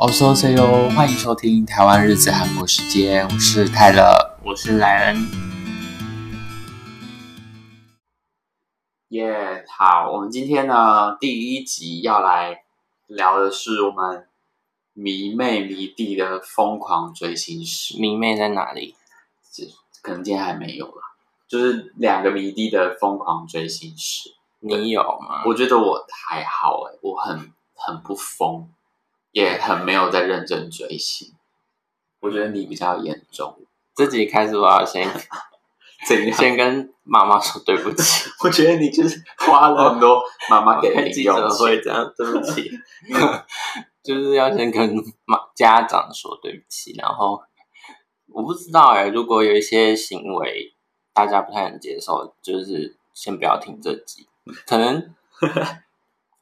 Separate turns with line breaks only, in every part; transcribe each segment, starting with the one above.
哦，so say 哟，欢迎收听《台湾日子韩国时间》，我是泰勒。
我是莱恩。耶、好，我们今天呢第一集要来聊的是我们迷妹迷弟的疯狂追星史，
迷妹在哪里？
可能今天还没有啦，就是两个迷弟的疯狂追星史。
你有吗？
我觉得我还好哎、我很很不疯，也很没有在认真追星。我觉得你比较严重，
自己开始我要先
怎样？
先跟妈妈说对不起，
我觉得你就是花了很多妈妈给
我
的
开记
零用
者
钱
会这样，对不起， 就是要先跟妈家长说对不起，然后我不知道哎、如果有一些行为大家不太能接受，就是先不要听这集，可 能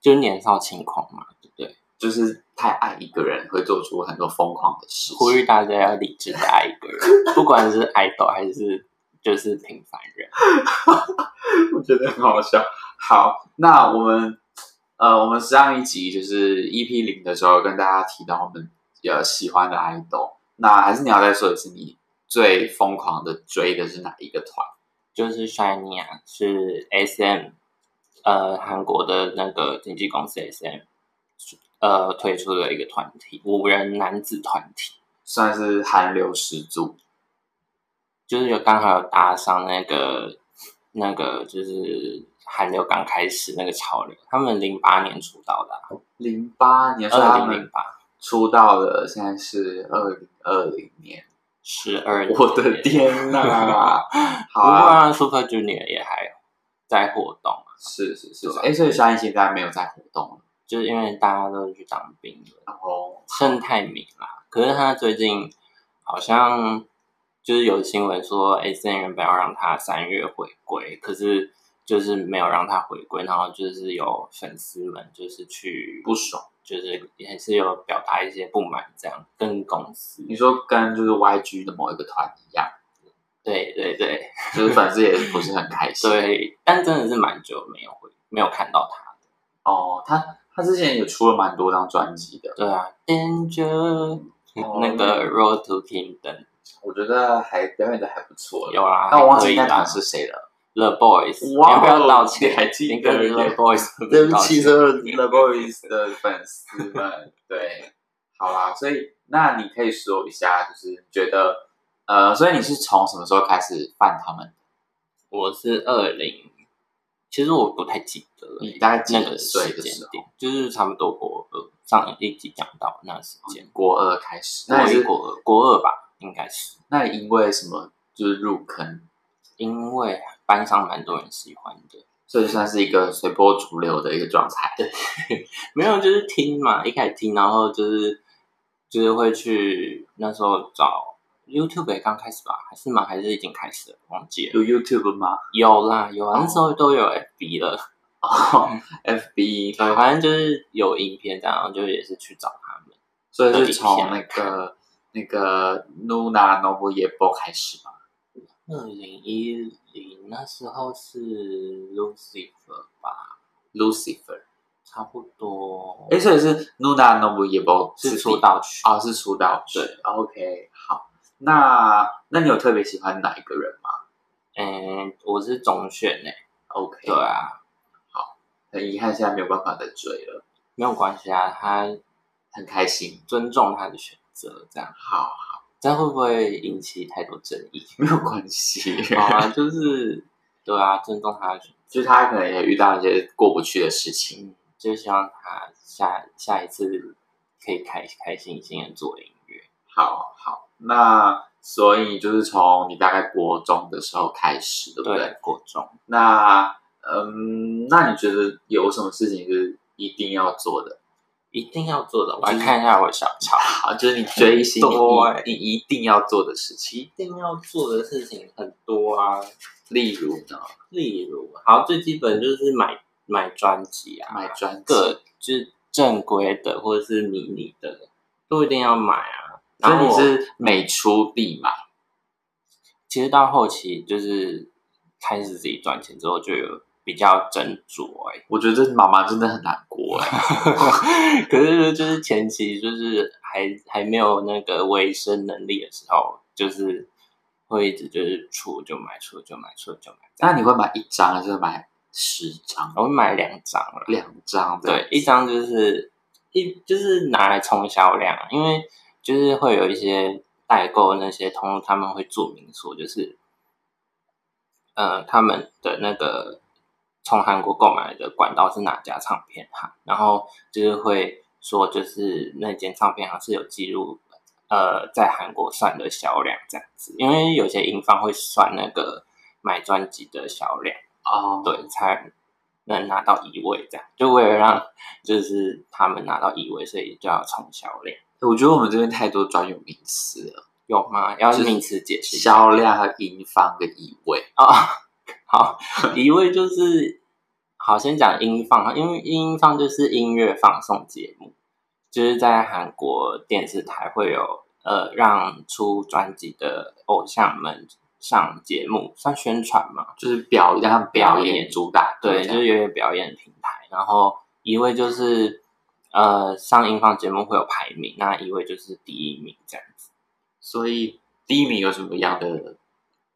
就是年少轻狂嘛，对不对？
就是太爱一个人会做出很多疯狂的事情。
呼吁大家要理智的爱一个人，不管是爱豆还是就是平凡人，
我觉得很好笑。好，那我们呃，我们上一集就是呃 EP 零的时候跟大家提到我们呃喜欢的爱豆，那还是你要再说一次，你最疯狂的追的是哪一个团？
就是 Shiny 啊，是 SM，呃，韩国的那个经纪公司 SM，呃，推出的一个团体，五人男子团体，
算是韩流始祖，
就是有刚好有搭上那个那个就是韩流刚开始那个潮流，他们零八年出道的啊、
零八年，所以
二
他
零零
们
八，
出道的现在是二零二零年。
十二，
我的天哪！
不
好
过
啊，
啊，Super Junior 也还在活动啊，
是是是
对，吧
哎，所以山一现在没有在活动了。
就是因为大家都去当兵了。
然后
盛泰明啦，可是他最近好像就是有新闻说，S 哎 N 原本要让他三月回归，可是就是没有让他回归，然后就是有粉丝们就是去
不爽，
就是也是有表达一些不满，这样跟公司，
你说跟就是 YG 的某一个团一样，
对对对
就是粉丝也不是很开心。，
对，但真的是蛮久没有回，没有看到他，
哦，他他之前也出了蛮多张专辑的，
对啊，Danger、
哦
那个 Road to Kingdom
我觉得还表演的还不错。
有啦，
但我忘
还可
记
以
那
啦
团是谁了。
The Boys，你
啊哇哦
要不要道歉？
你还记得
你跟 The
耶
Boys
对不起，所
道歉
有 The Boys 的粉丝们。对，好啦，所以那你可以说一下，就是你觉得呃，所以你是从什么时候开始犯他们？
我是二零，其实我不太记得了，
你大概几
那个
岁
时
的
间
时候
点，就是差不多国二上一集讲到那时间，
国二开始，
国
嗯那你
一
是
国二国二吧，应该是
那你因为什么就是入坑，
因为班上蛮多人喜欢的，
所以就算是一个随波逐流的一个状态。对，
没有就是听嘛，一开始听，然后就是就是会去那时候找 YouTube 也刚开始吧，还是吗？还是已经开始了，忘记了。
有 YouTube 吗？
有啦有啦，
哦
那时候都有 FB 了。
哦，FB
对，反正就是有影片这样，然后就也是去找他们。
所以是从那个那个 Nuna Nobu Yebo 开始嘛？
二零一零那时候是 Lucifer 吧，
，Lucifer。
差不多。
哎，所以是 Nuna Nobu Yebo
是出道曲
哦，是出道曲。
对
，OK，好。那那你有特别喜欢哪一个人吗
嗯，我是总选诶、
？OK，
对，啊，
很遗憾现在没有办法再追了，
没有关系啊，他
很开心。
尊重他的选择，这样，
好，
这样会不会引起太多争议？
没有关系。
好啊，就是对啊，尊重他的选择，
就是他可能也遇到一些过不去的事情。
嗯，就希望他下下一次可以开开心心的做音乐。
好好，那所以就是从你大概国中的时候开始，对不对？
对，国中。
那嗯，那你觉得有什么事情是一定要做的？
一定要做的。我
就是
来看一下我的小抄，
好，就是你追星，你
对
一你一定要做的事情
一，定要做的事情很多啊，
例如呢，
例如，好，最基本就是买买专辑啊，
买专辑。
各就是正规的或者是迷你的都一定要买啊。
所
然
以
后
你
我
是每出必买，
其实到后期就是开始自己赚钱之后，就有比较斟酌、欸。
我觉得妈妈真的很难过哎、
可是就是前期就是还还没有那个维生能力的时候，就是会一直就是出就买，出就买，出就买。
那你会买一张还是买十张？
我会买两张了，
两张这样
对，一张就是一就是拿来冲销量，因为就是会有一些代购那些通路他们会注明说，就是呃他们的那个从韩国购买的管道是哪家唱片行，然后就是会说就是那间唱片行是有记录。呃，在韩国算的销量这样子，因为有些音方会算那个买专辑的销量，
哦，
对，才能拿到一位这样。就为了让就是他们拿到一位，所以就要冲销量，
我觉得我们这边太多专有名词了，
有吗？要
就是
名词解释一下
销量和音方的意味。
啊、好，一位就是好，先讲音放，因为音放就是音乐放送节目，就是在韩国电视台会有呃让出专辑的偶像们上节目，算宣传嘛。
就是表让他们表
表
演
演
主打歌这
对，
样，
就是有点表演平台。然后一位就是呃上英方节目会有排名，那一位就是第一名这样子，
所以第一名有什么样的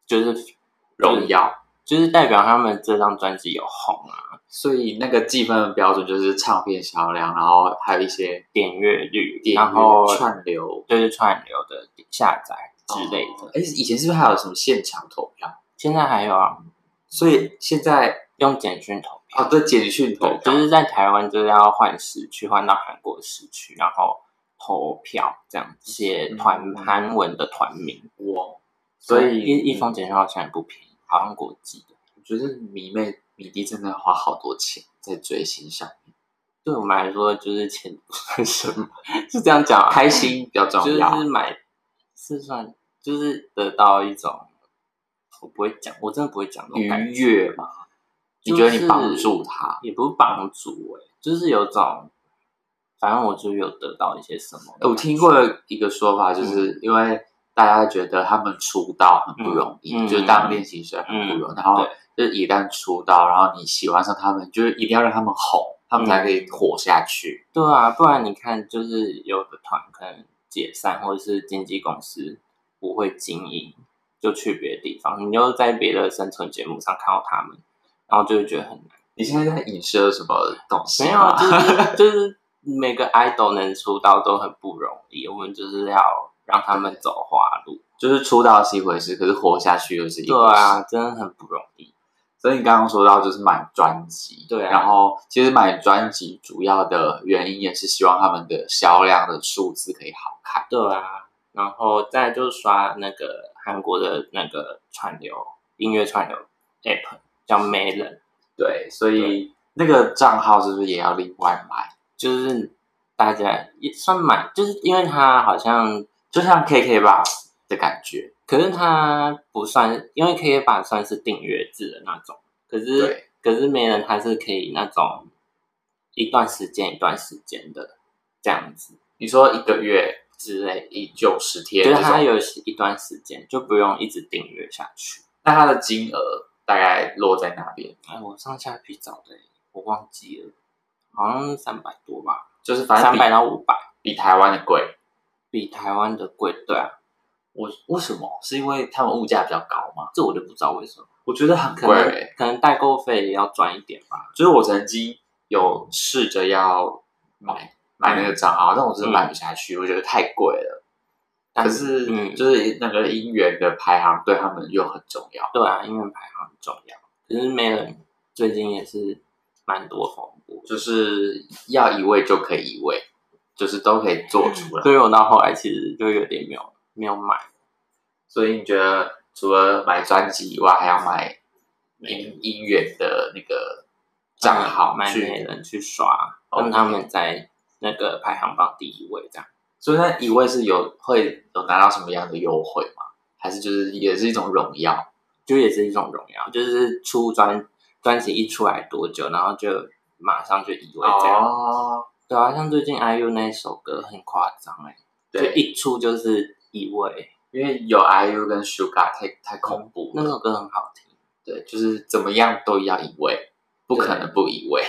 就是
荣耀？
就是代表他们这张专辑有红啊，
所以那个计分的标准就是唱片销量，然后还有一些
点阅率，
点
然后
阅串流
就是串流的下载之类的。
哦哎、以前是不是还有什么现场投票？
现在还有啊，
所以现在
用简讯投票，
哦，对，简讯投
对，
票，
就是在台湾就是要换时区，换到韩国时区，然后投票这样写团
嗯
韩文的团名。
我，所
所
以
以一一封
方，
简讯好像也不便宜，好像国际的。
我觉得迷妹迷弟真的花好多钱在追星上面，
对我们来说，就是钱不算什么，是这样讲啊，
开心比较
就
重要。
是买是算，就是得到一种，我不会讲，我真的不会讲这种感
愉
觉，
悦嘛？你觉得你帮助他？
也不是帮助哎、就是有种，反正我就有得到一些什么。
我听过一个说法，
嗯
就是因为大家觉得他们出道很不容易，
嗯嗯嗯
就是当练习生很不容易，然后就是一旦出道，然后你喜欢上他们，就是一定要让他们红，他们
嗯
才可以活下去。
对啊，不然你看，就是有的团可能解散，或者是经纪公司不会经营，就去别的地方，你就在别的生存节目上看到他们，然后就会觉得很难。
你现在在影射什么东西
没有
吗？
啊，就是就是每个 idol 能出道都很不容易，我们就是要让他们走花路。
就是出道是一回事，可是活下去又是一
对
回事。
啊，真的很不容易。
所以你刚刚说到就是买专辑，
对啊
然后其实买专辑主要的原因也是希望他们的销量的数字可以好看。
对啊，然后再就刷那个韩国的那个串流音乐串流 app 叫 Melon，
对，所以那个账号是不是也要另外买？
就是大家也算买，就是因为它好像，
就像 KK 吧的感觉，
可是它不算，因为 KK 版算是订阅制的那种，可是
对
可是没人它是可以那种一段时间一段时间的这样子
你说一个月
之类的，
一九十天
就
这
是它
种，
有一段时间就不用一直订阅下去。
那它的金额大概落在哪边？
哎，我上下批找的，我忘记了，好像三百多吧，
就是反正
三
比
百到五百，
比台湾的贵。
比台湾的贵，对啊，
我为什么？是因为他们物价比较高吗？
这我就不知道为什么，
我觉得很
可
贵、
能
欸
可能代购费也要赚一点吧。
就是我曾经有试着要买买那个账号，但我真的买不下去，我觉得太贵了。
但
可是，
嗯，
就是那个姻缘的排行对他们又很重要。
对啊，因为排行很重要。可是没人最近也是蛮多风波，
就是要一位就可以一位，就是都可以做出来。
所以我到后来其实就有点没有没有买。
所以你觉得除了买专辑以外，还要买姻姻缘的那个账号
买没
去？
人去刷，
OK
让他们在那个排行榜第一位这样。
所以那一位是有会有拿到什么样的优惠吗？还是就是也是一种荣耀？
就也是一种荣耀，就是出专专辑一出来多久，然后就马上就一位这样。
哦，
对啊，像最近 IU 那一首歌很夸张哎，
对
就，一出就是一位，
因为有 IU 跟 Suga 太太恐怖
那
了，
首歌很好听。
对，就是怎么样都要一位，不可能不移位。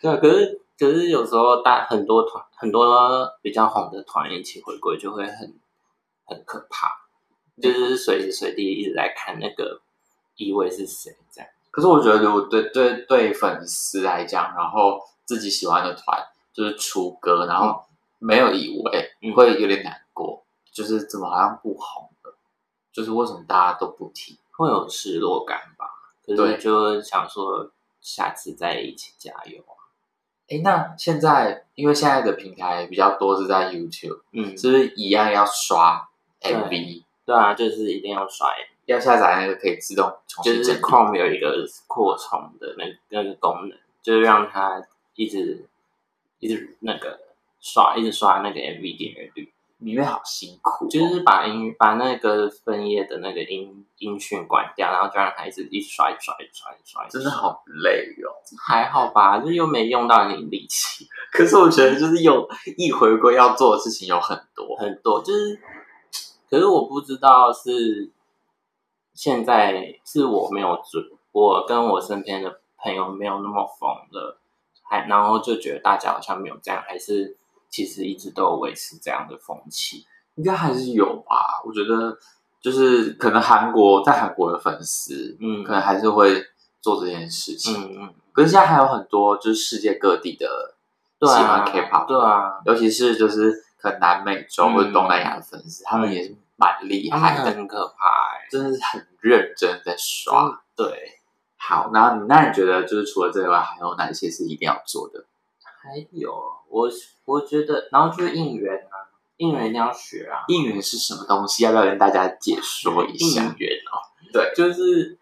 对，啊可是可是有时候大很多团很多比较红的团一起回归就会很很可怕，
嗯
就是随时随地一直在看那个一位是谁这样。
可是我觉得，如果对对对粉丝来讲，然后自己喜欢的团就是出歌，然后没有以为、
嗯
会有点难过，就是怎么好像不红了，就是为什么大家都不提？
会有失落感吧。可
对
是就想说，下次再一起加油啊。
哎，那现在因为现在的平台比较多是在 YouTube，
嗯，
是不是一样要刷
对
MV，
对啊，就是一定要刷，
要下载那个可以自动重
就
新
是
整理？
Chrome 有一个扩充的那那个功能，就是让它一直一直那个刷，一直刷那个 MV 点阅率，
里面好辛苦哦、
就是把音把那个分页的那个音音讯关掉，然后就让它一直一直刷，一直刷，一直刷，一直刷，一直
真
刷
的好累哦。
还好吧，就是又没用到你力气。
可是我觉得就是有一回归要做的事情有很多，
很多，就是，可是我不知道是现在是我没有准，我跟我身边的朋友没有那么疯了，还然后就觉得大家好像没有这样，还是其实一直都有维持这样的风气。
应该还是有吧。我觉得就是可能韩国在韩国的粉丝，
嗯
可能还是会做这件事情。
嗯嗯，
可是现在还有很多就是世界各地的
对
喜欢
啊
K-pop，
对啊，
尤其是就是可能南美洲
嗯
或者东南亚的粉丝，他们也是蛮厉
他们
害的，
很可怕、欸，
真的是很认真在刷。
对，
好，然后你那你觉得就是除了这个外，还有哪些是一定要做的？
还有我我觉得，然后就是应援啊，应援一定要学啊，
应援是什么东西？要不要跟大家解说一
应
下？
援哦，
对，
就是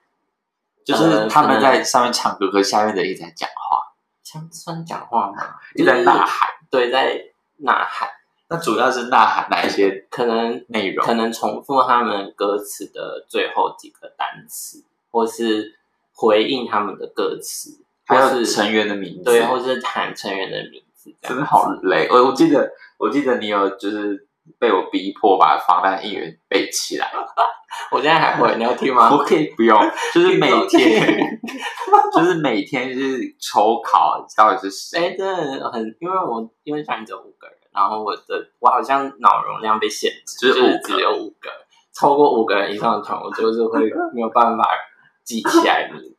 就是他们
在。
在上面唱歌，和下面的一直在讲话，
像算讲话嘛，
一直在呐
喊，
喊。
对，在呐喊，
那主要是呐喊哪一些
可能
内容
可？能重复他们歌词的最后几个单词，或是回应他们的歌词，
还
或
有
是
成员的名字，
对，或是喊成员的名字，这
真
样
的好累。我我记得我记得你有就是被我逼迫把防弹应援背起来，
我现在还会，你要听吗？
我可以不用，就是每天
听
就是每天就是抽考到底是谁。
哎，真的很，因为我因为像你只有五个人，然后我的我好像脑容量被限制，
只有
就
五
是
个
只有五个，超过五个人以上的团，我就是会没有办法记起来名字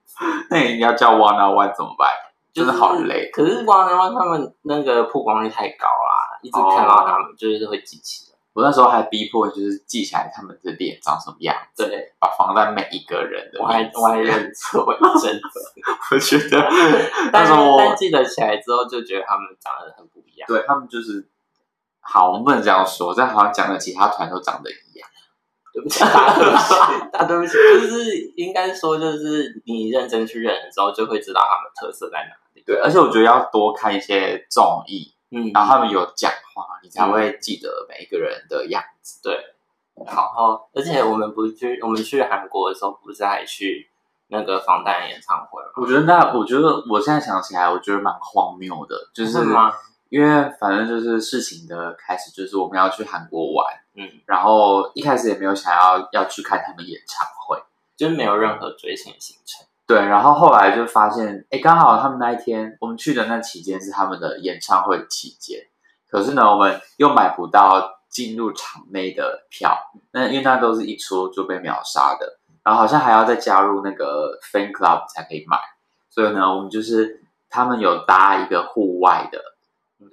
那你要叫 one on one 怎么办？
就
真
是
的好累。
可是光光他们那个曝光率太高啦，一直看到他
哦
们就是会记起来。
我那时候还逼迫就是记起来他们的脸长什么样子，
对，
把防弹每一个人的
我还
名字
我还认 错，真的。
我觉得那
但
时
是
候
但
我
记得起来之后，就觉得他们长得很不一样。
对他们就是，好，我们不能这样说，这样好像讲的其他团都长得一样。
对不起，大对不起，大对不起，就是应该说，的是你认真去认的时候，就会知道他们特色在哪里。
对，而且我觉得要多看一些综艺，
嗯，
然后他们有讲话，你才会记得每一个人的样子。
然后而且我们不是去我们去韩国的时候，不是还去那个防弹演唱会吗？
我觉得那，我觉得我现在想起来，我觉得蛮荒谬的，就是
吗？
因为反正就是事情的开始，就是我们要去韩国玩，
嗯，
然后一开始也没有想要要去看他们演唱会。
就是没有任何追星的行程。
对，然后后来就发现，哎，刚好他们那一天我们去的那期间是他们的演唱会期间，可是呢，我们又买不到进入场内的票，那因为那都是一出就被秒杀的，然后好像还要再加入那个 fan club 才可以买，所以呢，我们就是他们有搭一个户外的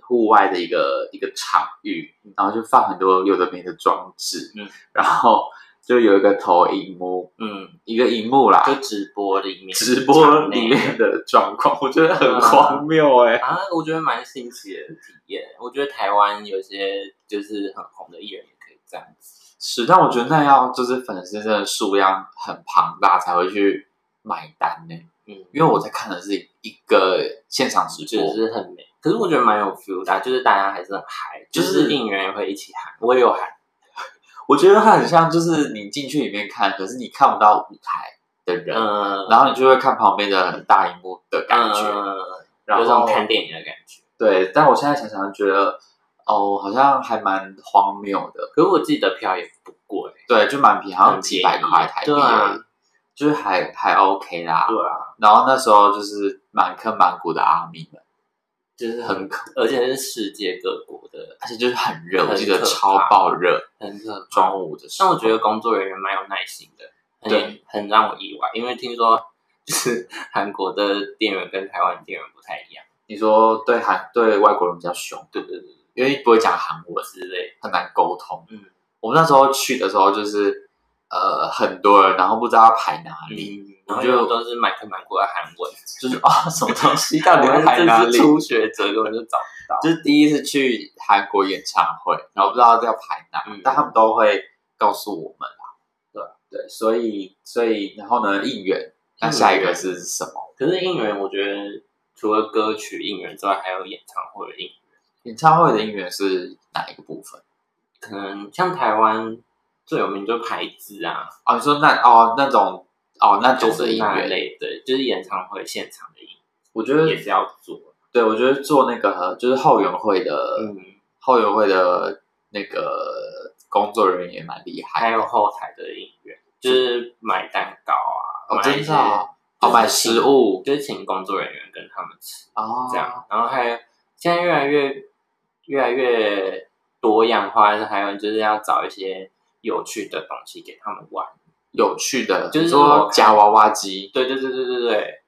户外的一个一个场域，然后就放很多有的没的装置，
嗯，
然后就有一个投影幕，
嗯，
一个荧幕啦，
就直播里 面，
直播里面的状况，我觉得很荒谬哎、
啊，我觉得蛮新奇的体验。我觉得台湾有些就是很红的艺人也可以这样子，
是，但我觉得那要就是粉丝真的数量很庞大才会去买单呢、
嗯，
因为我在看的是一个现场直
就
播，
是很美。可是我觉得蛮有 feel 的啊、就是大家还是很嗨，就
就是
是应援也会一起喊，我也有喊，
我觉得它很像就是你进去里面看，可是你看不到舞台的人，
嗯，
然后你就会看旁边的大荧幕的感觉，
嗯
然
有种
后
看电影的感觉。
对，但我现在想想觉得哦，好像还蛮荒谬的，
可是我自己的票也不贵、
对，就蛮便宜，好像
很
几百
便宜
块台币而
对
已。
啊，
就是还还 OK 啦。
对啊，
然后那时候就是满坑满谷的阿米们，
就是很，
很可，
而且是世界各国的，
而且就是很热，
很
我记得
可怕
超爆热，
很可怕。
中午的时
但
候。
我觉得工作人员蛮有耐心的，很
对
很让我意外，因为听说就是韩国的店员跟台湾店员不太一样，
你说对韩对外国人比较凶，
对对对
因为不会讲韩文，
之类，
很难沟通。
嗯
我们那时候去的时候就是呃很多人，然后不知道要排哪里，
嗯，
我
然后
就
又都是满坑满谷的韩文，
就是啊、什么东 西到底
我
要
们
排哪
这
里
是？初学者根本就找不到，
就是第一次去韩国演唱会，然后不知道要排哪，
嗯
但他们都会告诉我们啦。对对，所以所以然后呢，应援，
嗯
那下一个是什么？
可是应援，我觉得除了歌曲应援之外，还有演唱会的应援。
演唱会的应援是哪一个部分？
可能像台湾最有名就牌子啊，
哦，你说那哦那种哦那
就
种的
是
应
那
援，
类的，就是演唱会现场的应
我觉得
援也是要做。
对，我觉得做那个就是后援会的、
嗯，
后援会的那个工作人员也蛮厉害
还有后台的应援，就是买蛋糕啊，
哦，
买一
真
些
的哦，哦买食物
就是请工作人员跟他们吃
哦，
这样，然后还有现在越来越越来越多样化，还有就是要找一些有趣的东西给他们玩。
有趣的，
就是
比如
我
说
看
夹娃娃机，
对对对对对对，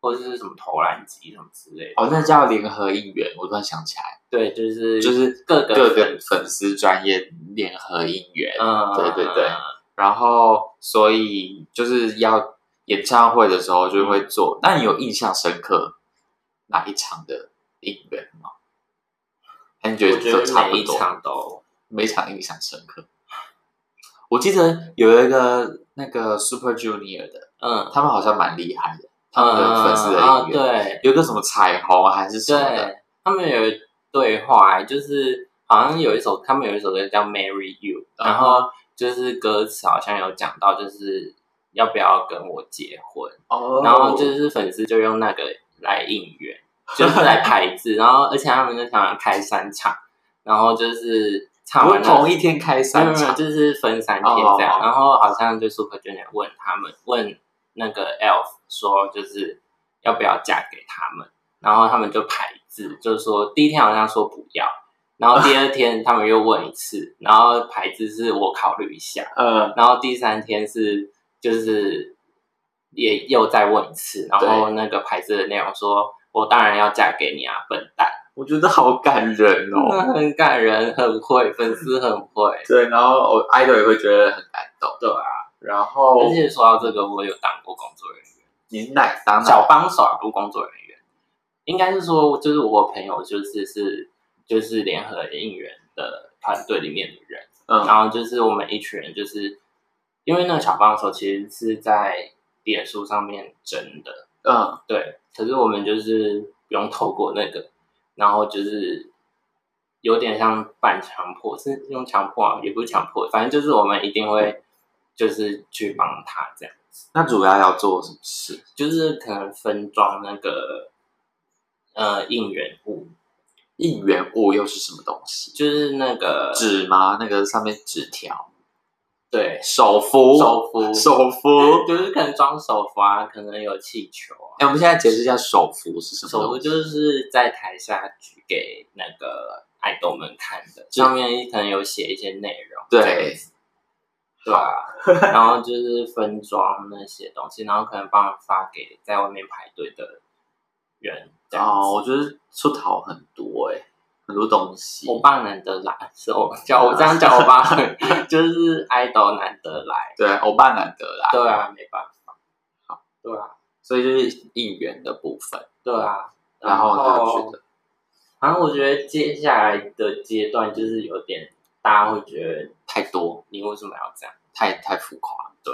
或者是什么投篮机什么之类的。
哦，那叫联合应援，我突然想起来，
对，就是
就是
各个
各个
粉
粉丝专业联合应援，
嗯，
对对对然后所以就是要演唱会的时候就会做。那你有印象深刻哪一场的应援吗？还是你觉
我
得
觉
都差
得
不
每一
多？
场都
每场印象深刻。我记得有一个那个 Super Junior 的，
嗯，
他们好像蛮厉害的，他们的粉丝的
啊
音乐，
对
有个什么彩虹啊还是什么的，
对，他们有一对话，就是好像有一首，他们有一首歌叫《Marry You》，
嗯
然后就是歌词好像有讲到，就是要不要跟我结婚，
哦
然后就是粉丝就用那个来应援。就是来排字，然后而且他们那场开三场，然后就是唱
不
完
是
了
同一天开
没有
三
没有，
场，
就是分三天这
嗯
样。
哦
然后好像就 Super Junior 问他们，问那个 Elf 说，就是要不要嫁给他们？然后他们就排字，就是说第一天好像说不要，然后第二天他们又问一次，然后排字是我考虑一下，
呃，
然后第三天是就是也又再问一次，然后
对
那个牌子的内容说。我当然要嫁给你啊，笨蛋！
我觉得好感人
真 的
哦。
很感人，很会，粉丝很会。
对，然后我 idol 也会觉得很感动。对啊，然后
而且说到这个，我有当过工作人员，
你是哪当
小帮手不工作人员，应该是说，就是我朋友就是是就是联合应援的团队里面的人，
嗯
然后就是我们一群人，就是因为那个小帮手其实是在脸书上面争的，
嗯，
对，可是我们就是不用透过那个，然后就是有点像半强迫，是用强迫啊，也不是强迫，反正就是我们一定会就是去帮他这样，
那主要要做什么事？
就是可能分装那个呃应援物，
应援物又是什么东西？
就是那个
纸吗？那个上面纸条，
对
手幅，
手幅，
手幅。
就是可能装手幅啊，可能有气球啊，
哎、我们现在解释一下手幅是什么
手
东
幅
西。
就是在台下举给那个爱豆们看的，
就
上面可能有写一些内容，这样
对
子。对啊，然后就是分装那些东西，然后可能帮忙发给在外面排队的人。这样
哦，
子
我觉得出逃很多哎、很多东西。
我爸难得来，是我叫我这样叫我爸， 就是爱豆难得来。
对，欧巴难得啦。
对，啊，没办法。对啊，
所以就是应援的部分。
对啊。
然后呢觉得
然后我觉得接下来的阶段就是有点，大家会觉得
太多，
你为什么要这样？
太太浮夸。对，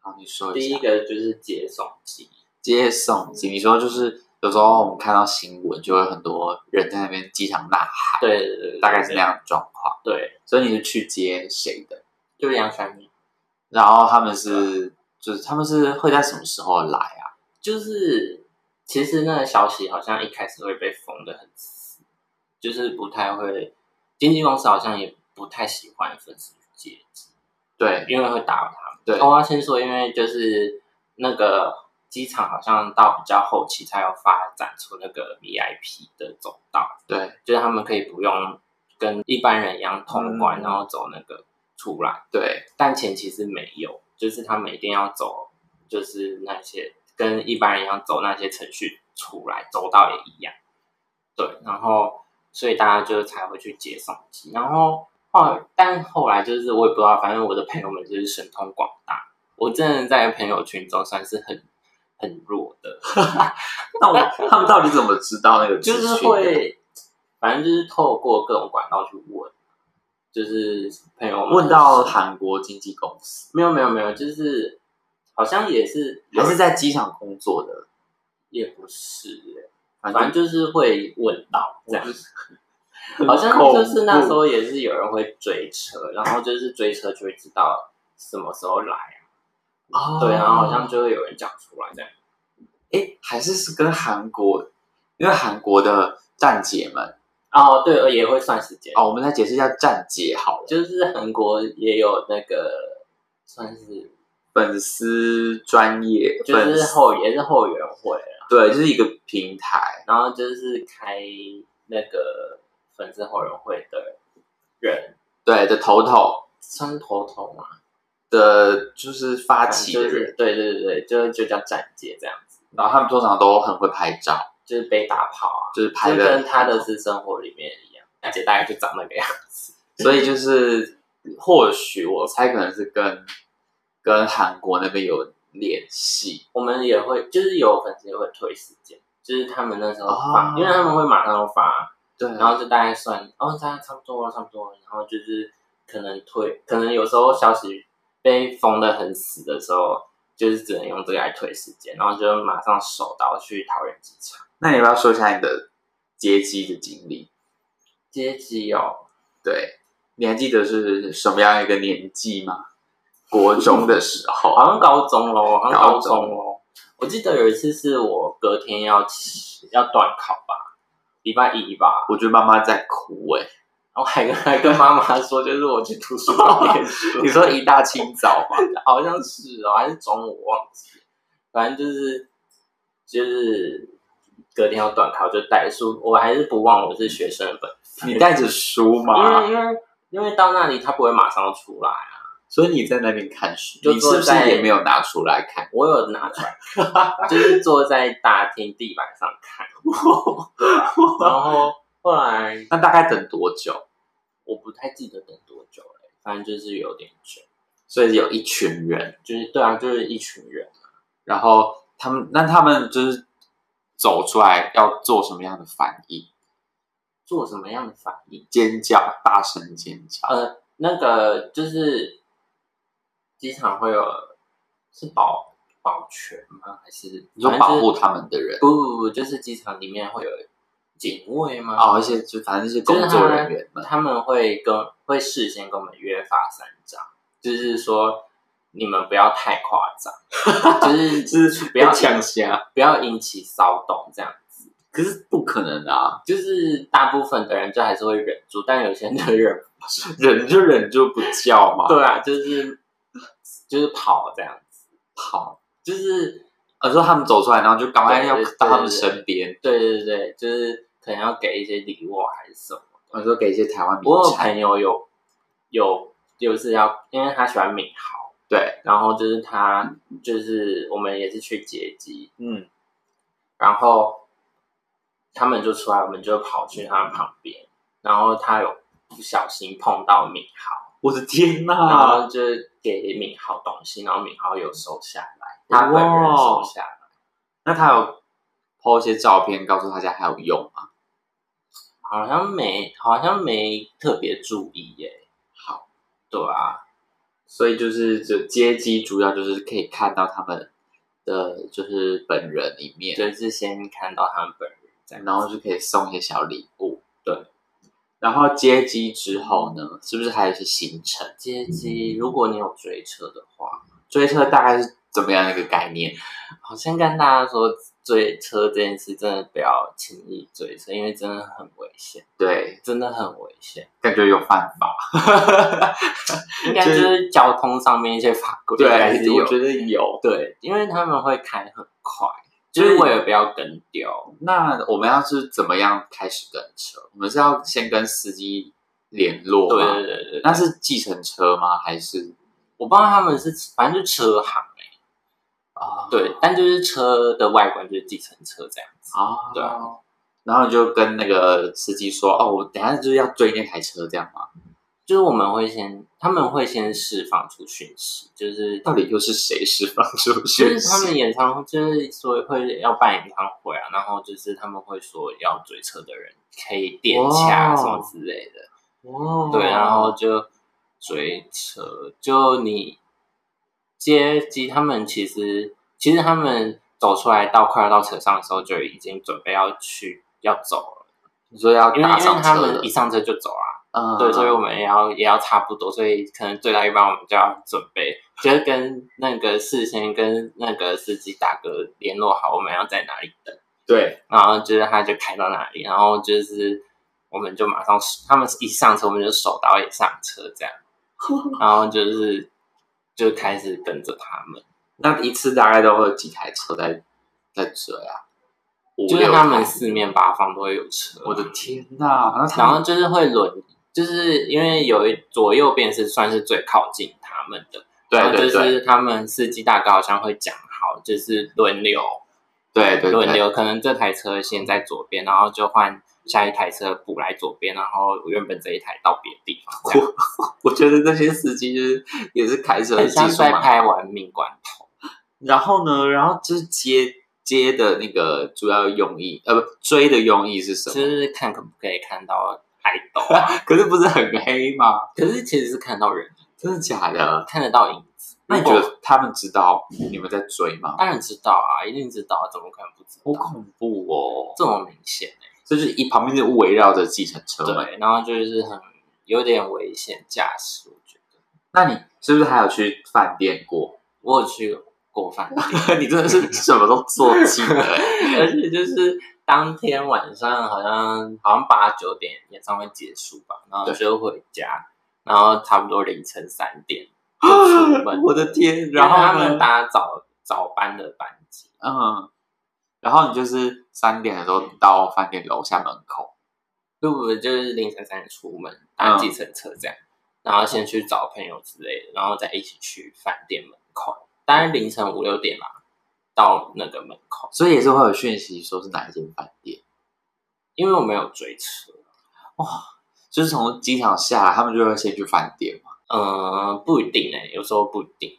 好，你说
第
一
一
下。
个就是接送机，
接送机，你说就是有时候我们看到新闻，就会很多人在那边机场呐喊，
对对对，对
大概是那。样的状况。
对，
所以你是去接谁的？
就两三年。
然后他们是，就是他们是会在什么时候来啊？
就是其实那个消息好像一开始会被封的很死，就是不太会，经纪公司好像也不太喜欢粉丝阶级，
对
因为会打扰他们。
对
哦我要先说，因为就是那个机场好像到比较后期才有发展出那个 VIP 的走道，
对
就是他们可以不用跟一般人一样通关，
嗯
然后走那个出来。
对，
但前期是没有，就是他们一定要走，就是那些跟一般人一样走那些程序出来，走道也一样。对，然后所以大家就才会去接送机，然后后来但后来就是我也不知道，反正我的朋友们就是神通广大，我真的在朋友群中算是很很弱的，
那 我他们到底怎么知道那个资
就是
讯的？
会，反正就是透过各种管道去问，就是朋友们
问到韩国经纪公司，
没有没有没有，就是好像也是
还是在机场工作的，
也不是耶，
反
反正就是会问到这样。
很
好像
恐
就是那时
怖
候也是有人会追车，然后就是追车就会知道什么时候来
哦
啊，对，然后好像就会有人讲出来这样。
诶，还是是跟韩国，因为韩国的站姐们
哦，对，呃也会算时间，
哦，我们来解释一下站姐好了，
就是韩国也有那个算是
粉丝专业，
就
粉
是
丝
后也是后援会啊，
对，就是一个平台，
然后就是开那个粉丝后援会的人，
对的头头
算是头头嘛，
的，就是发起的
就
人，
是对对对，就就叫站姐这样子，
然后他们通常都很会拍照，
就是被打跑啊，
就是拍
就
的
跟他的私生活里面一样，站姐大概就长那个样子。
所以就是或许我猜可能是跟跟韩国那边有联系，
我们也会就是有粉丝也会推时间，就是他们那时候
哦
发，因为他们会马上发，
对
然后就大概算哦，大概差不多了，差不多了，然后就是可能推，可能有时候消息被封的很死的时候。就是只能用这个来推时间，然后就马上手刀去桃园机场
那你要不要说一下你的接机的经历？
接机哦。
对，你还记得是什么样一个年纪吗？国中的时候，
哦
啊
好像高中喽，好像
高
高
中
中喽。我记得有一次是我隔天要起要断考吧，礼拜一吧，
我觉得妈妈在哭哎、。
然后还跟还跟妈妈说， 就是我去图书馆念书
你说一大清早嘛，
好像是哦，还是中午我忘记了，反正就是就是隔天要断考，就带书，我还是不忘我是学生的本分，
你带着书
因为
嘛，
因为因为到那里他不会马上出来啊，
所以你在那边看书，
就
你是不是
坐在
也没有拿出来看？
我有拿出来看，就是坐在大厅地板上看，对啊然后后来
那大概等多久？
我不太记得等多久了、反正就是有点久，
所以有一群人，
就是对啊，就是一群人。
然后他们，那他们就是走出来要做什么样的反应？
做什么样的反应？
尖叫，大声尖叫。
呃，那个就是机场会有是保保全吗？还是
你说
反正
保
就是
护他们的人
不不不，就是机场里面会有警卫吗？
哦，而且就反正这些工作人员们，
他们会跟会事先跟我们约法三章，就是说你们不要太夸张， 就是
就是
不要
呛虾，
不要引起骚动这样。
可是不可能啊，
就是大部分的人就还是会忍住，但有些人就忍不
忍就忍就不叫嘛。
住。对啊，就是就是跑这样子，
好，
就是
啊，说他们走出来，然后就赶快要
对对对
到他们身边，
对对对，就是可能要给一些礼物啊还是什么。
我说给一些台湾名
我有
产，
朋友有有就是要，因为他喜欢敏豪，
对，
然后就是他就是我们也是去接机，
嗯，
然后他们就出来，我们就跑去他们旁边，然后他有不小心碰到敏豪，
我的天
然
呐，
后就是给敏豪东西，然后敏豪有收下来，他本人收下来，
那他有 po 一些照片，告诉大家还有用吗？
好像没好像没特别注意耶、
好，
对啊。
所以就是就接机主要就是可以看到他们的就是本人一面，
就是先看到他们本人这样，
然后就可以送一些小礼物。
对，
然后接机之后呢，是不是还有一些行程？
接机。如果你有追车的话，
追车大概是怎么样的一个概念？
好，先跟大家说，追车这件事真的不要轻易追车，因为真的很危险，
对，
真的很危险。
感觉有犯法。
应该就是交通上面一些法规，
对，
应该是有
我觉得有。
对，因为他们会开很快，就是为了不要跟丢。
那我们要是怎么样开始跟车？我们是要先跟司机联络
对
吗？
对对对，
那是计程车吗？还是
我不知道他们是反正就车行哎、
啊
对，但就是车的外观就是计程车这样子。
啊，
对啊。
然后你就跟那个司机说：“哦，我等一下就是要追那台车，这样吗？
就是我们会先，他们会先释放出讯息，就是
到底又是谁释放出
就
去？
是他们演唱会，就是说会要办演唱会啊，然后就是他们会说要追车的人可以点
哇
卡什么之类的，
哦
对，然后就追车，就你接机，他们其实其实他们走出来到快要到车上的时候，就已经准备要去要走了，
你说要
因为
打
因为
上
他
车了
们一，上车就走啊，
嗯
对，所以我们也要也要差不多，所以可能最到一半我们就要准备，就是跟那个事先跟那个司机打个联络好，我们要在哪里等，
对，
然后就是他就开到哪里，然后就是我们就马上他们一上车我们就手刀也上车 这样，然后就是就开始跟着他们，
那一次大概都会有几台车在在追啊？五
就是
六
他们
台
四面八方都会有车，
我的天呐！那他
然
们
后就是会轮，就是因为有一左右边是算是最靠近他们的。
对
然后
对
就
对
是他们司机大哥好像会讲好，就是轮流
对对
轮
对，
流，可能这台车先在左边，然后就换下一台车补来左边，然后原本这一台到别的地方，这样
我觉得那些司机就是也是开车
很
技
像
术
在
嘛。
拍玩命关头。
然后呢，然后就是接接的那个主要用意，呃，不追的用意是什
就
么？
是看可不可以看到爱豆啊，
可是不是很黑吗？
可是其实是看到人，
真的假的？
看得到影子。
那你
如
觉
果
得他们知道你们在追 吗？
当然知道啊，一定知道，怎么可能不知
好
道？
恐怖哦！
这么明显、欸，
这就是一旁边就围绕着计程车嘛。
对，然后就是很有点危险驾驶，我觉得。
那你是不是还有去饭店过？
我有去过饭店。
你真的 是什么都做尽了欸、
而且就是当天晚上好像好像八九点演唱会结束吧，然后
对
就回家，然后差不多凌晨三点 就出门。啊
我的，天！
然
然
后
后
他
呢
们搭早早班的班机，
嗯，然后你就是三点的时候到饭店楼下门口，
就我们就是凌晨三点出门搭
嗯
计程车这样，然后先去找朋友之类的，然后再一起去饭店门口，当然凌晨五六点啦。到那个门口，
所以也是会有讯息说是哪一间饭店。
因为我没有追车，
就是从机场下来，他们就会先去饭店嘛，
嗯、不一定哎、有时候不一定。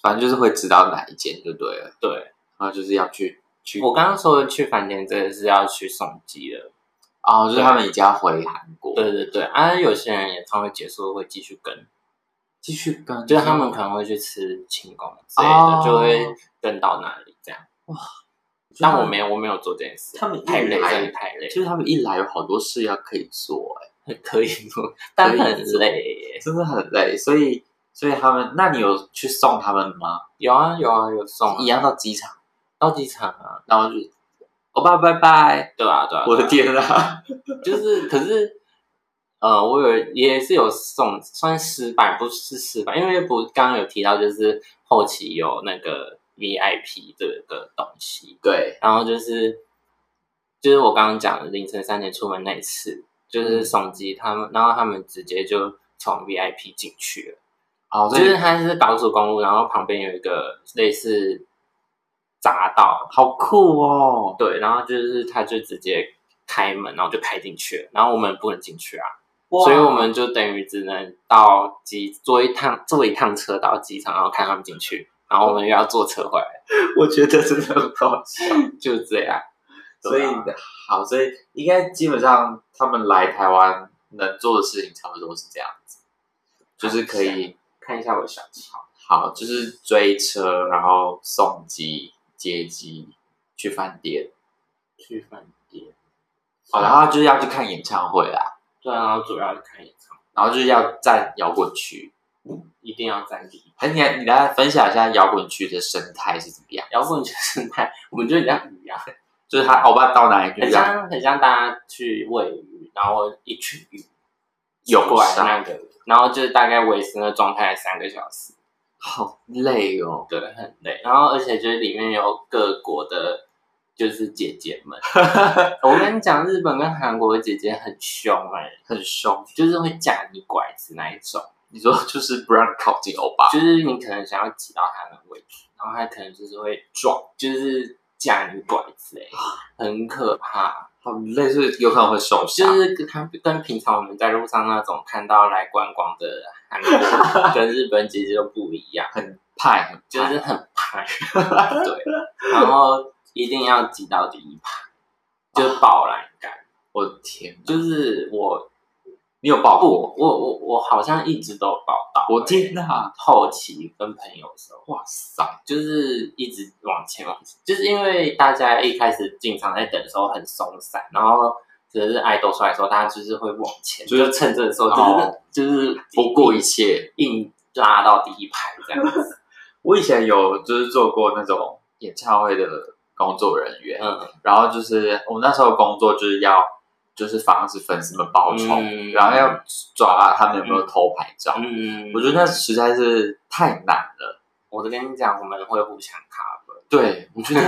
反正就是会知道哪一间就对了。
对，
然后就是要去去，
我刚刚说的去饭店，这个是要去送机的。
哦，就是他们已经要回韩国，
对，对对，啊，有些人演唱会结束会继续跟，
继续跟，
就是他们可能会去吃庆功之类的，
哦
就会跟到那里这样。
就是他
但
们
我没有，我没有做这件事，
他们一
太累，
来
真的太累，
就是他们一来有好多事要可以做、欸，
可以做，但很累耶。
真的很累，所以所以他们，那你有去送他们吗？
有啊有啊有送啊
一样到机场，
到机场啊，
然后就，欧巴拜拜，
对啊对啊，
我的
对
天啊！
啊，就是可是。呃，我有也是有送，算失败，不是失败，因为不刚刚有提到，就是后期有那个 VIP 这个东西，
对，
然后就是就是我刚刚讲的凌晨三点出门那一次，就是送机他们，然后他们直接就从 VIP 进去了，
哦，
就
就是是
它是高速公路，然后旁边有一个类似匝道，
好酷哦，
对，然后就是他就直接开门，然后就开进去了，然后我们不能进去啊，
哇
所以我们就等于只能到机坐一趟坐一趟车到机场，然后看他们进去，然后我们又要坐车回来，
我觉得真的很好笑。
就这样。
所以
对啊
好，所以应该基本上他们来台湾能做的事情差不多是这样子，就是可以
看一下我的小抄。
好，就是追车，然后送机、接机去饭店，
去饭店。
哦，然后就是要去看演唱会啦，
对啊，然后主要是看演唱会，
然后就是要站摇滚区。哎
一定要站立。
还是你来你来分享一下摇滚区的生态是怎么样？
摇滚圈生态，我们就很像鱼啊，
就是他欧巴到哪里去
很
这样，
像很像大家去喂鱼，然后一群鱼
有
过来
上
那个，然后就是大概维持那个状态三个小时，
好累哦。
对，很累。然后而且就是里面有各国的，就是姐姐 们。我跟你讲，日本跟韩国的姐姐很凶哎、
很凶。
就是会架你拐子那一种，
你说就是不让你靠近欧巴，
就是你可能想要挤到他的位置，然后他可能就是会撞，就是架你拐子哎、很可怕。
很累，是有可能会受伤。
就是跟他跟平常我们在路上那种看到来观光的韩国 跟日本姐姐都不一样，
派很
就
派
是很派，对，然后一定要挤到第一排，就是爆栏杆，
我的天，
就是我
你有抱过？
不，我我我好像一直都有报道、
我天哪！
后期跟朋友的时候，
哇塞，
就是一直往前往前，就是因为大家一开始进场在等的时候很松散，然后只是爱豆出来的时候，大家就是会往前，
就
就是是趁这个时候就是、
哦
就是
不顾一切。
硬拉到第一排这样子，
我以前有就是做过那种演唱会的工作人员，
嗯，
然后就是我们那时候工作就是要就是防止粉丝们报仇，
嗯
然后要抓他们有没有偷拍照。
嗯，
我觉得那实在是太难了。
我都跟你讲，我们会互相 cover，
对，
嗯
我觉得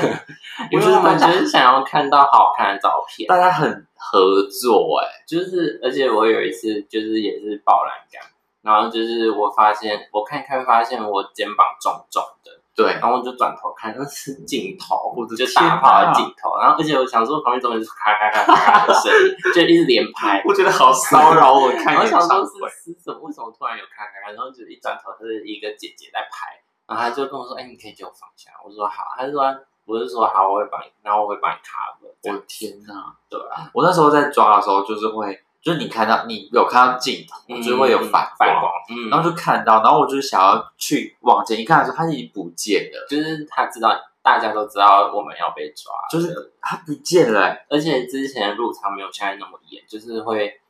因
我觉
为
得
我们就
大家
是想要看到好看的照片，
大家很合作哎、
就是而且我有一次就是也是爆栏杆，然后就是我发现我看一看发现我肩膀重重的。
对，
然后我就转头看，那是镜头，
我的
就
天
大炮的
哪
镜头。然后而且我想说，旁边怎么就是咔咔咔咔咔的声音，就一直连拍。
我觉得好骚扰我看
然后
演
想
唱
说
会。
是是什么？为什么突然有咔咔咔？然后就一转头是一个姐姐在拍，然后她就跟我说：“哎、你可以借我放下。”我说：“好。”啊她就说：“我就说好，我会帮你，然后我会帮你 cover。”
我天哪！
对啊，
我那时候在抓的时候，就是会，就是你看到你有看到镜头，
嗯
就是会有反
反
光，
光，嗯，
然后就看到，然后我就是想要去往前一看的时候，它已经不见了，
就是她知道，大家都知道我们要被抓，
就是它不见了、欸。
而且之前入场没有现在那么严，就是会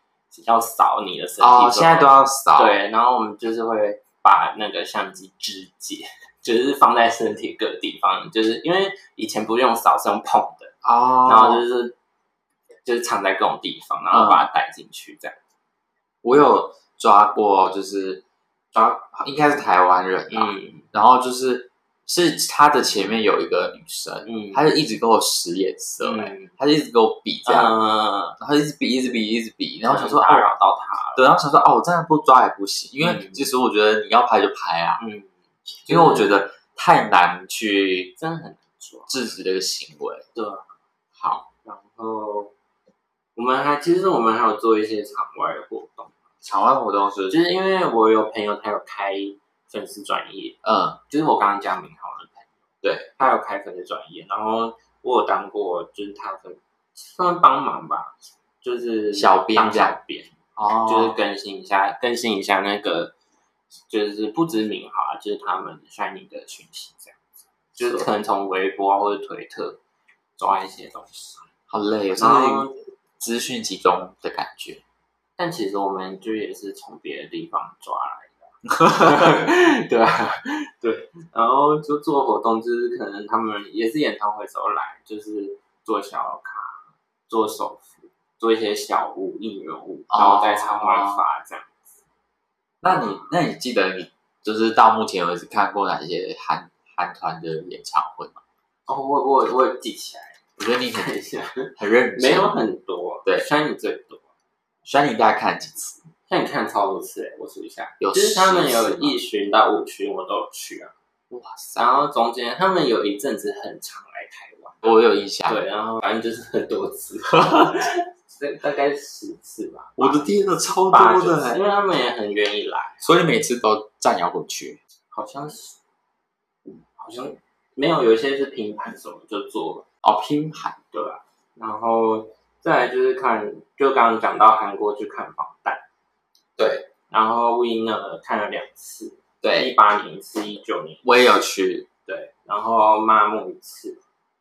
要扫你的身体
哦，
之
现在
后
都要扫。，
对，然后我们就是会把那个相机肢解， 就是放在身体各地方，就是因为以前不用扫是用碰的，
哦，
然后就是就是藏在各种地方，然后把它带进去这样。
我有抓过，就是抓应该是台湾人啊，
嗯
然后就是是他的前面有一个女生，
嗯，
她就一直跟我使眼色、欸，
嗯
她就一直跟我比这样，
嗯，
然后一直比，一直比，一直比，然
然
后
后
想
想
说
说
啊
打。扰到他了，
对，然后想说哦，我这样不抓也不行，因为
嗯
其实我觉得你要拍就拍啊，
嗯，
因为我觉得太难去
真的很难抓。
制止这个行为。
对啊，
好，
然后我们还其实我们还有做一些场外的活动，
场外活动是
就是因为我有朋友他有开粉丝专业，
嗯
就是我刚刚讲明浩的朋友，
对
他有开粉丝专业，然后我有当过就是他的算帮忙吧，就是
小编
当
这样
小编，
哦
就是更新一下更新一下那个就是不止明浩啊，就是他们 Shiny 的讯息这样子，就是可能从微博啊或者推特抓一些东西，
好累，有时
然
候
后
资讯集中的感觉。
但其实我们就也是从别的地方抓来 的，对啊，对，然后就做活动，就是可能他们也是演唱会时候来，就是做小卡、做手幅、做一些小物、应援物，
哦
然后在场外发这样。
那你那你记得你就是到目前为止看过哪些韩韩团的演唱会吗？
哦，我我我有记起来，
我觉得你
看一
很
下，
很认真，
没有很多，
对
山你最多，
虽然你大概看了几次，
那你看超多次哎，我数一下，
有
就是他们
10次
有
吗
一巡到五巡我都有去啊，
哇塞，
然后中间他们有一阵子很常来台湾。
我有印象。
对，然后反正就是很多次，大大概十次吧，
我的天呐，超
八
多
九
的
次，
欸，
因为他们也很愿意来，
所以每次都站摇滚区。
好像是，好像没有，有一些是拼盘什么就做了，
哦，拼盘
对吧、然后再来就是看，就刚刚讲到韩国去看防弹，
对
然后 Winner 看了两次，一
对，
八年一次，一九年，
我也有去，
对，然后麻木一次，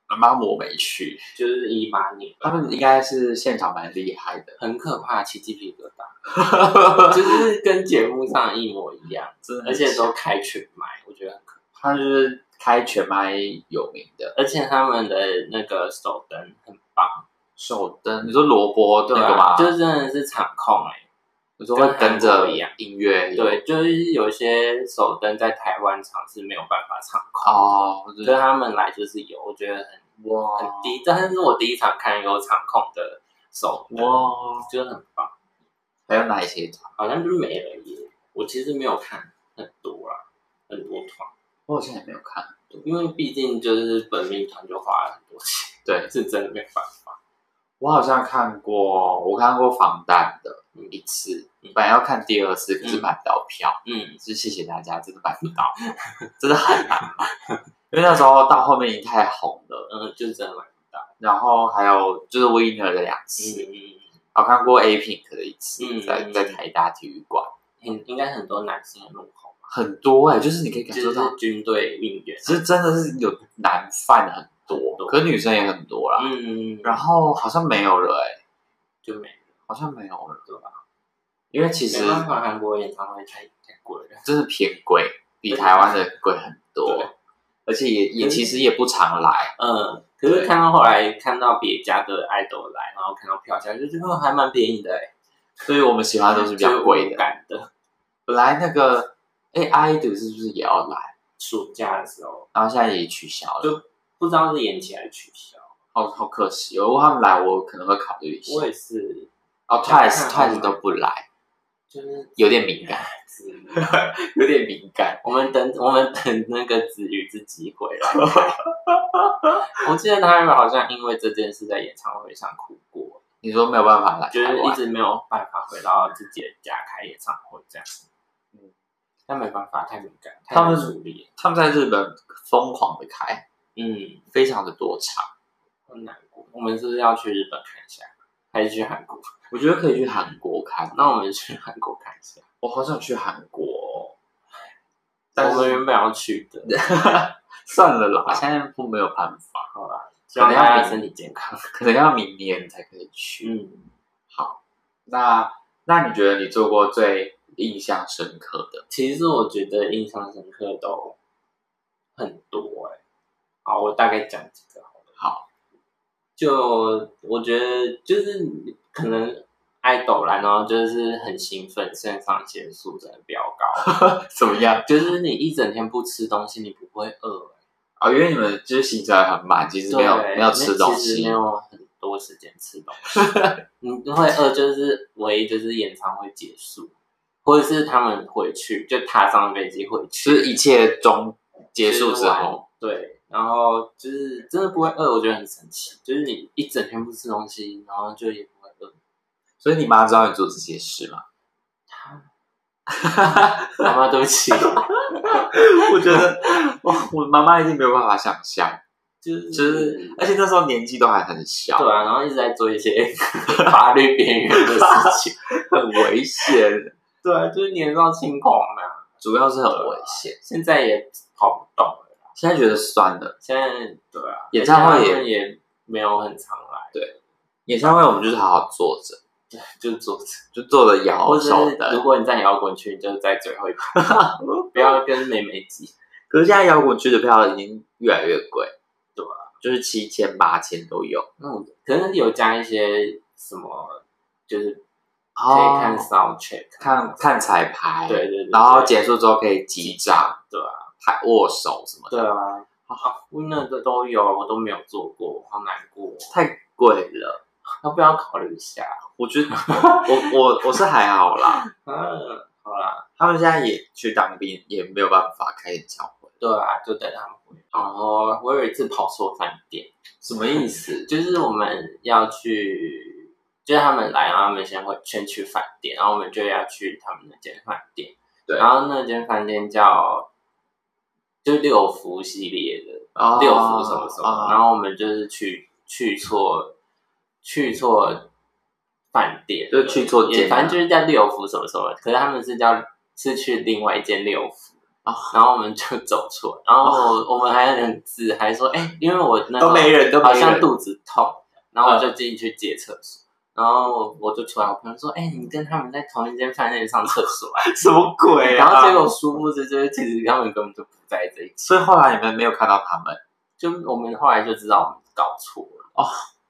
妈妈我没去，
就是一八年，
他们应该是现场蛮厉害的，
很可怕，起鸡皮疙瘩， 就是跟节目上一模一样。
真的很
而且都开全麦，我觉得很可
他就是开全麦有名的
而且他们的那个手灯很棒，
手灯，你说萝卜那
对
个
吧、
吗？
就是真的是场控哎、
你啊说会跟着
跟韩国一样
音乐有
对，就是有些手灯在台湾场是没有办法场控，
哦，就
所以
是
他们来就是有，我觉得很
哇
很低，但是我第一场看有场控的手灯，
哇，
觉得很棒，
还有哪一些团？
好像就没了耶。我其实没有看很多啦，很多团，
我好像也没有看。
因为毕竟就是本命团就花了很多钱，
对
是真的没办法。
我好像看过，我看过防弹的一次
嗯，
本来要看第二次，可是买不到票。
嗯，
是谢谢大家，真的买不到， 真的很难买，因为那时候到后面已经太红了。
呃，就真
嗯
的买不到。
然后还有就是 Winner 的两次，
嗯，
我看过 A Pink 的一次，
嗯
在在台大体育馆，
应应该很多男生的怒吼吧，
很多哎、就是你可以感
就
受到
是，军队应援。
其实真的是有男犯很多
很，多
可女生也很多啦。
嗯，
然后好像没有了哎、
就没了，
好像没有了，
对吧？
因为其实
没办法，韩国演唱会太太贵了。
真的偏贵，比台湾的贵很
对
多，而且也也
可是
其实也不常来。
嗯，可是看到后来看到别家的爱豆来，然后看到票价，就觉得哦还蛮便宜的哎、
所以我们喜欢的都是比较贵
有
的。
感的。
本来那个哎 i d o 是不是也要来？
暑假的时候
然后现在也取消了，
就不知道是延期还是取消，
好好可惜哦。如果他们来，我可能会考虑一下
我。也是，
哦
想
，Twice
看看
Twice 都不来，
就是
有点敏 感，
子瑜
有点敏感。
我们等我们等那个子瑜自己回来。我记得他们好像因为这件事在演唱会上哭过，
你说没有办法来
就
台
是一
湾，
直没有办法回到自己的家开演唱会这样。嗯，但没办法，太敏感，太
他们
难处理了。
他们在日本疯狂的开，
嗯。
非常的多场。
很难过。我们是不是要去日本看一下，还是去韩国？
我觉得可以去韩国看。
那我们去韩国看一下。
我好想去韩国哦，但
我们
是
原本要去的，
算了啦，现在不没有办法，
好啦，希
可能
望大家
要
身
明
体健康。
可能要明年才可以去。
嗯，
好，那那你觉得你做过最印象深刻的？
其实我觉得印象深刻都很多哎、好，我大概讲几个好了。
好，
就我觉得就是可能。爱豆啦，然后就是很兴奋，肾上腺素真的飙 高，
怎么样？
就是你一整天不吃东西，你不会饿、
啊、因为你们就是行程很满，其实没有
对
没有吃东
其实
西
没，有很多时间吃东西。 你就会饿，就是唯一就是演唱会结束，或者是他们回去就踏上飞机回去，
就是一切中结束之
吃完
后，
对，然后就是真的不会饿，我觉得很神奇。就是你一整天不吃东西，然后就也不会饿。
所以你妈知道你做这些事吗？
啊妈妈，对不起，
我觉得我我妈妈一定没有办法想象，
就是
就是而且那时候年纪都还很小，
对啊，然后一直在做 一些法律边缘的事情。
很危险，
对啊，就是年少轻狂嘛，
主要是很危险。
现在也跑不动了。
现在觉得酸了，
现在对啊，
演唱会也
而且他们也没有很常来，
演唱会我们就是好好坐着，
就坐着。
就坐着摇
或者
手
是
的
如。果你在摇滚区，你就在最后一 排，不要跟妹妹挤。
可是现在摇滚区的票已经越来越贵，
对
啊，就是七千八千都有，
那我可能有加一些什么，就是可
哦
以看 sound check，、啊
看看彩排，
对对对，
然后
对
结束之后可以击掌，
对啊，
还握手什么的，
对啊，好，那个都有，我都没有做过，好难过。哦
太贵了。
要不要考虑一下？
我觉得我我我是还好啦，
嗯，好啦，
他们现在也去当兵，也没有办法开演唱会，
对啊，就等他们回来。然后我有一次跑错饭店。
什么意思？
就是我们要去，就是他们来，然后他们先会先去饭店，然后我们就要去他们那间饭店。
对
然后那间饭店叫就六福系列的、
哦
六福什么什么，
哦
然后我们就是去去错去错饭店了，
就去错间
也反正就是叫六福什么什么，可是他们是叫是去另外一间六福。
哦
然后我们就走错，然后我们还很自嗨说，哎、因为我那时候
啊都没人，都没
好像
人，
肚子痛，然后我就进去借厕所，
啊
然后我就出来，我朋友说：“哎、你跟他们在同一间饭店上厕所啊
什么？”鬼
然
啊？
后结果殊不知，就是其实他们根本就不在这一期，
所以后来你们没有看到他们，
就我们后来就知道我们搞错了。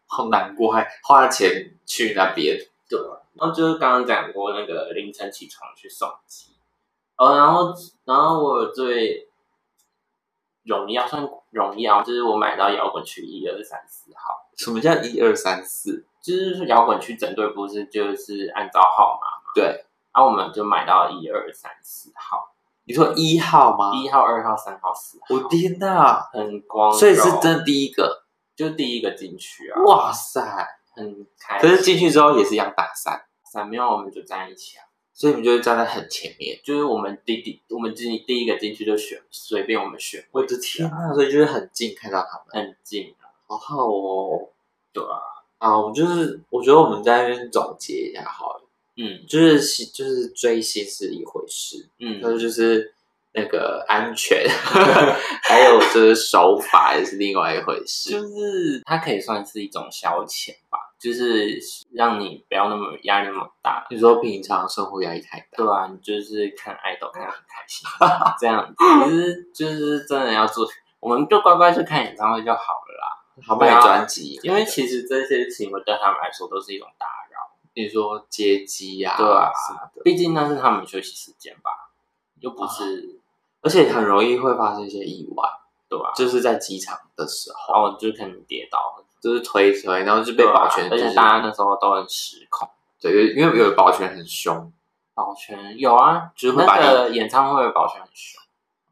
好难过，还花钱去那边。
对，然后就是刚刚讲过那个凌晨起床去送机，哦，然后然后我有最荣耀算荣耀，就是我买到摇滚区一二三四号，
什么叫一二三四？
就是摇滚区整队不是就是按照号码，
对，
然后我们就买到一二三四号，
你说一号吗？
一号、二号、三号、四号，
我天哪！
很光荣，
所以是真第一个，
就第一个进去啊，
哇塞！
很开
可
心。
是进去之后也是一样打散，
三秒我们就站一起啊，
所以你们就会站在很前面。
就是我们第第我们进第一个进去就选，随便我们选，
我的天
啊
呐！所以就是很近看到他们，
很近啊，
好好哦。
对啊，
啊，我们就是我觉得我们在那边总结一下好了，
嗯
就是新就是追星是一回事，还有
嗯，
就是那个安 全，还有就是手法也是另外一回事。
就是它可以算是一种消遣吧，就是让你不要那么压力那么大，
你说平常生活压力太大，
对啊，你就是看爱豆看得很开 心，这样子，其实就是真的要做，我们就乖乖去看演唱会就好了啦，
好卖
对啊
专辑，
因为其实这些行为对他们来说都是一种打扰，
你说接机啊，
对啊
什么的，
毕竟那是他们休息时间吧，又不是、
而且很容易会发生一些意外，
对吧、啊？
就是在机场的时候，
然后就可能跌倒，
就是推一推，然后就被保全，
啊而
就
且
是
大家那时候都很失控。
对，因为有的保全很凶，
保全有啊，
就是会把
那
你
个演唱会的保全很凶，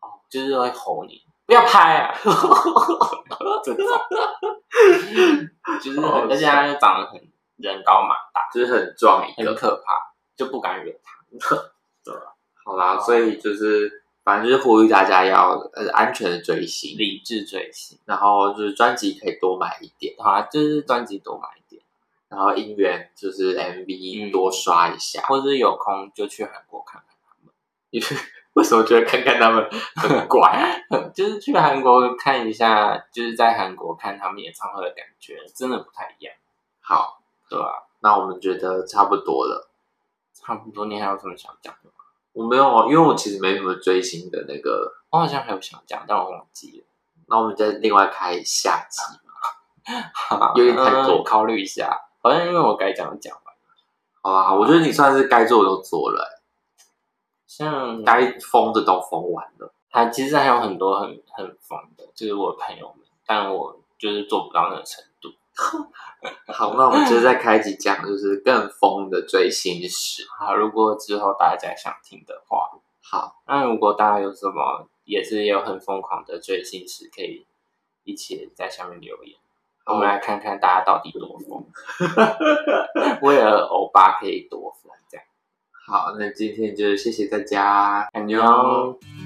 哦，就是会吼你不要拍 啊，这种， 就是
好笑
很，而且他就长得很人高马大，
就是很壮一
很
个。
可怕，就不敢惹他。
好啦，所以就是反正就是呼吁大家要呃安全的追星，
理智追星，
然后就是专辑可以多买一点，
好啊，就是专辑多买一点，
然后音源就是
嗯
MV 多刷一下。
或是有空就去韩国看看
为什么觉得看看他们很怪啊？
就是去韩国看一下，就是在韩国看他们演唱会的感觉，真的不太一样，
好，啊
对吧、
那我们觉得差不多了。
差不多，你还有什么想讲的吗？
我没有啊，因为我其实没什么追星的那个，
我好像还有想讲，但我忘记了，
那我们再另外开下集。有
有
点太多
考虑一下。好像因为我该讲的讲完，
好啦，我觉得你算是该做的都做了、欸
像
该疯的都疯完了。
还其实还有很多很很疯的，就是我朋友们，但我就是做不到那个程度。
好，那我们就再开几讲，就是更疯的追星史。
好，如果之后大家想听的话，
好，
那如果大家有什么也是有很疯狂的追星史，可以一起在下面留言，
好
我们来看看大家到底多疯， 为了欧巴可以多疯这样。
好，那今天就谢谢大家，
安
妞。
妞。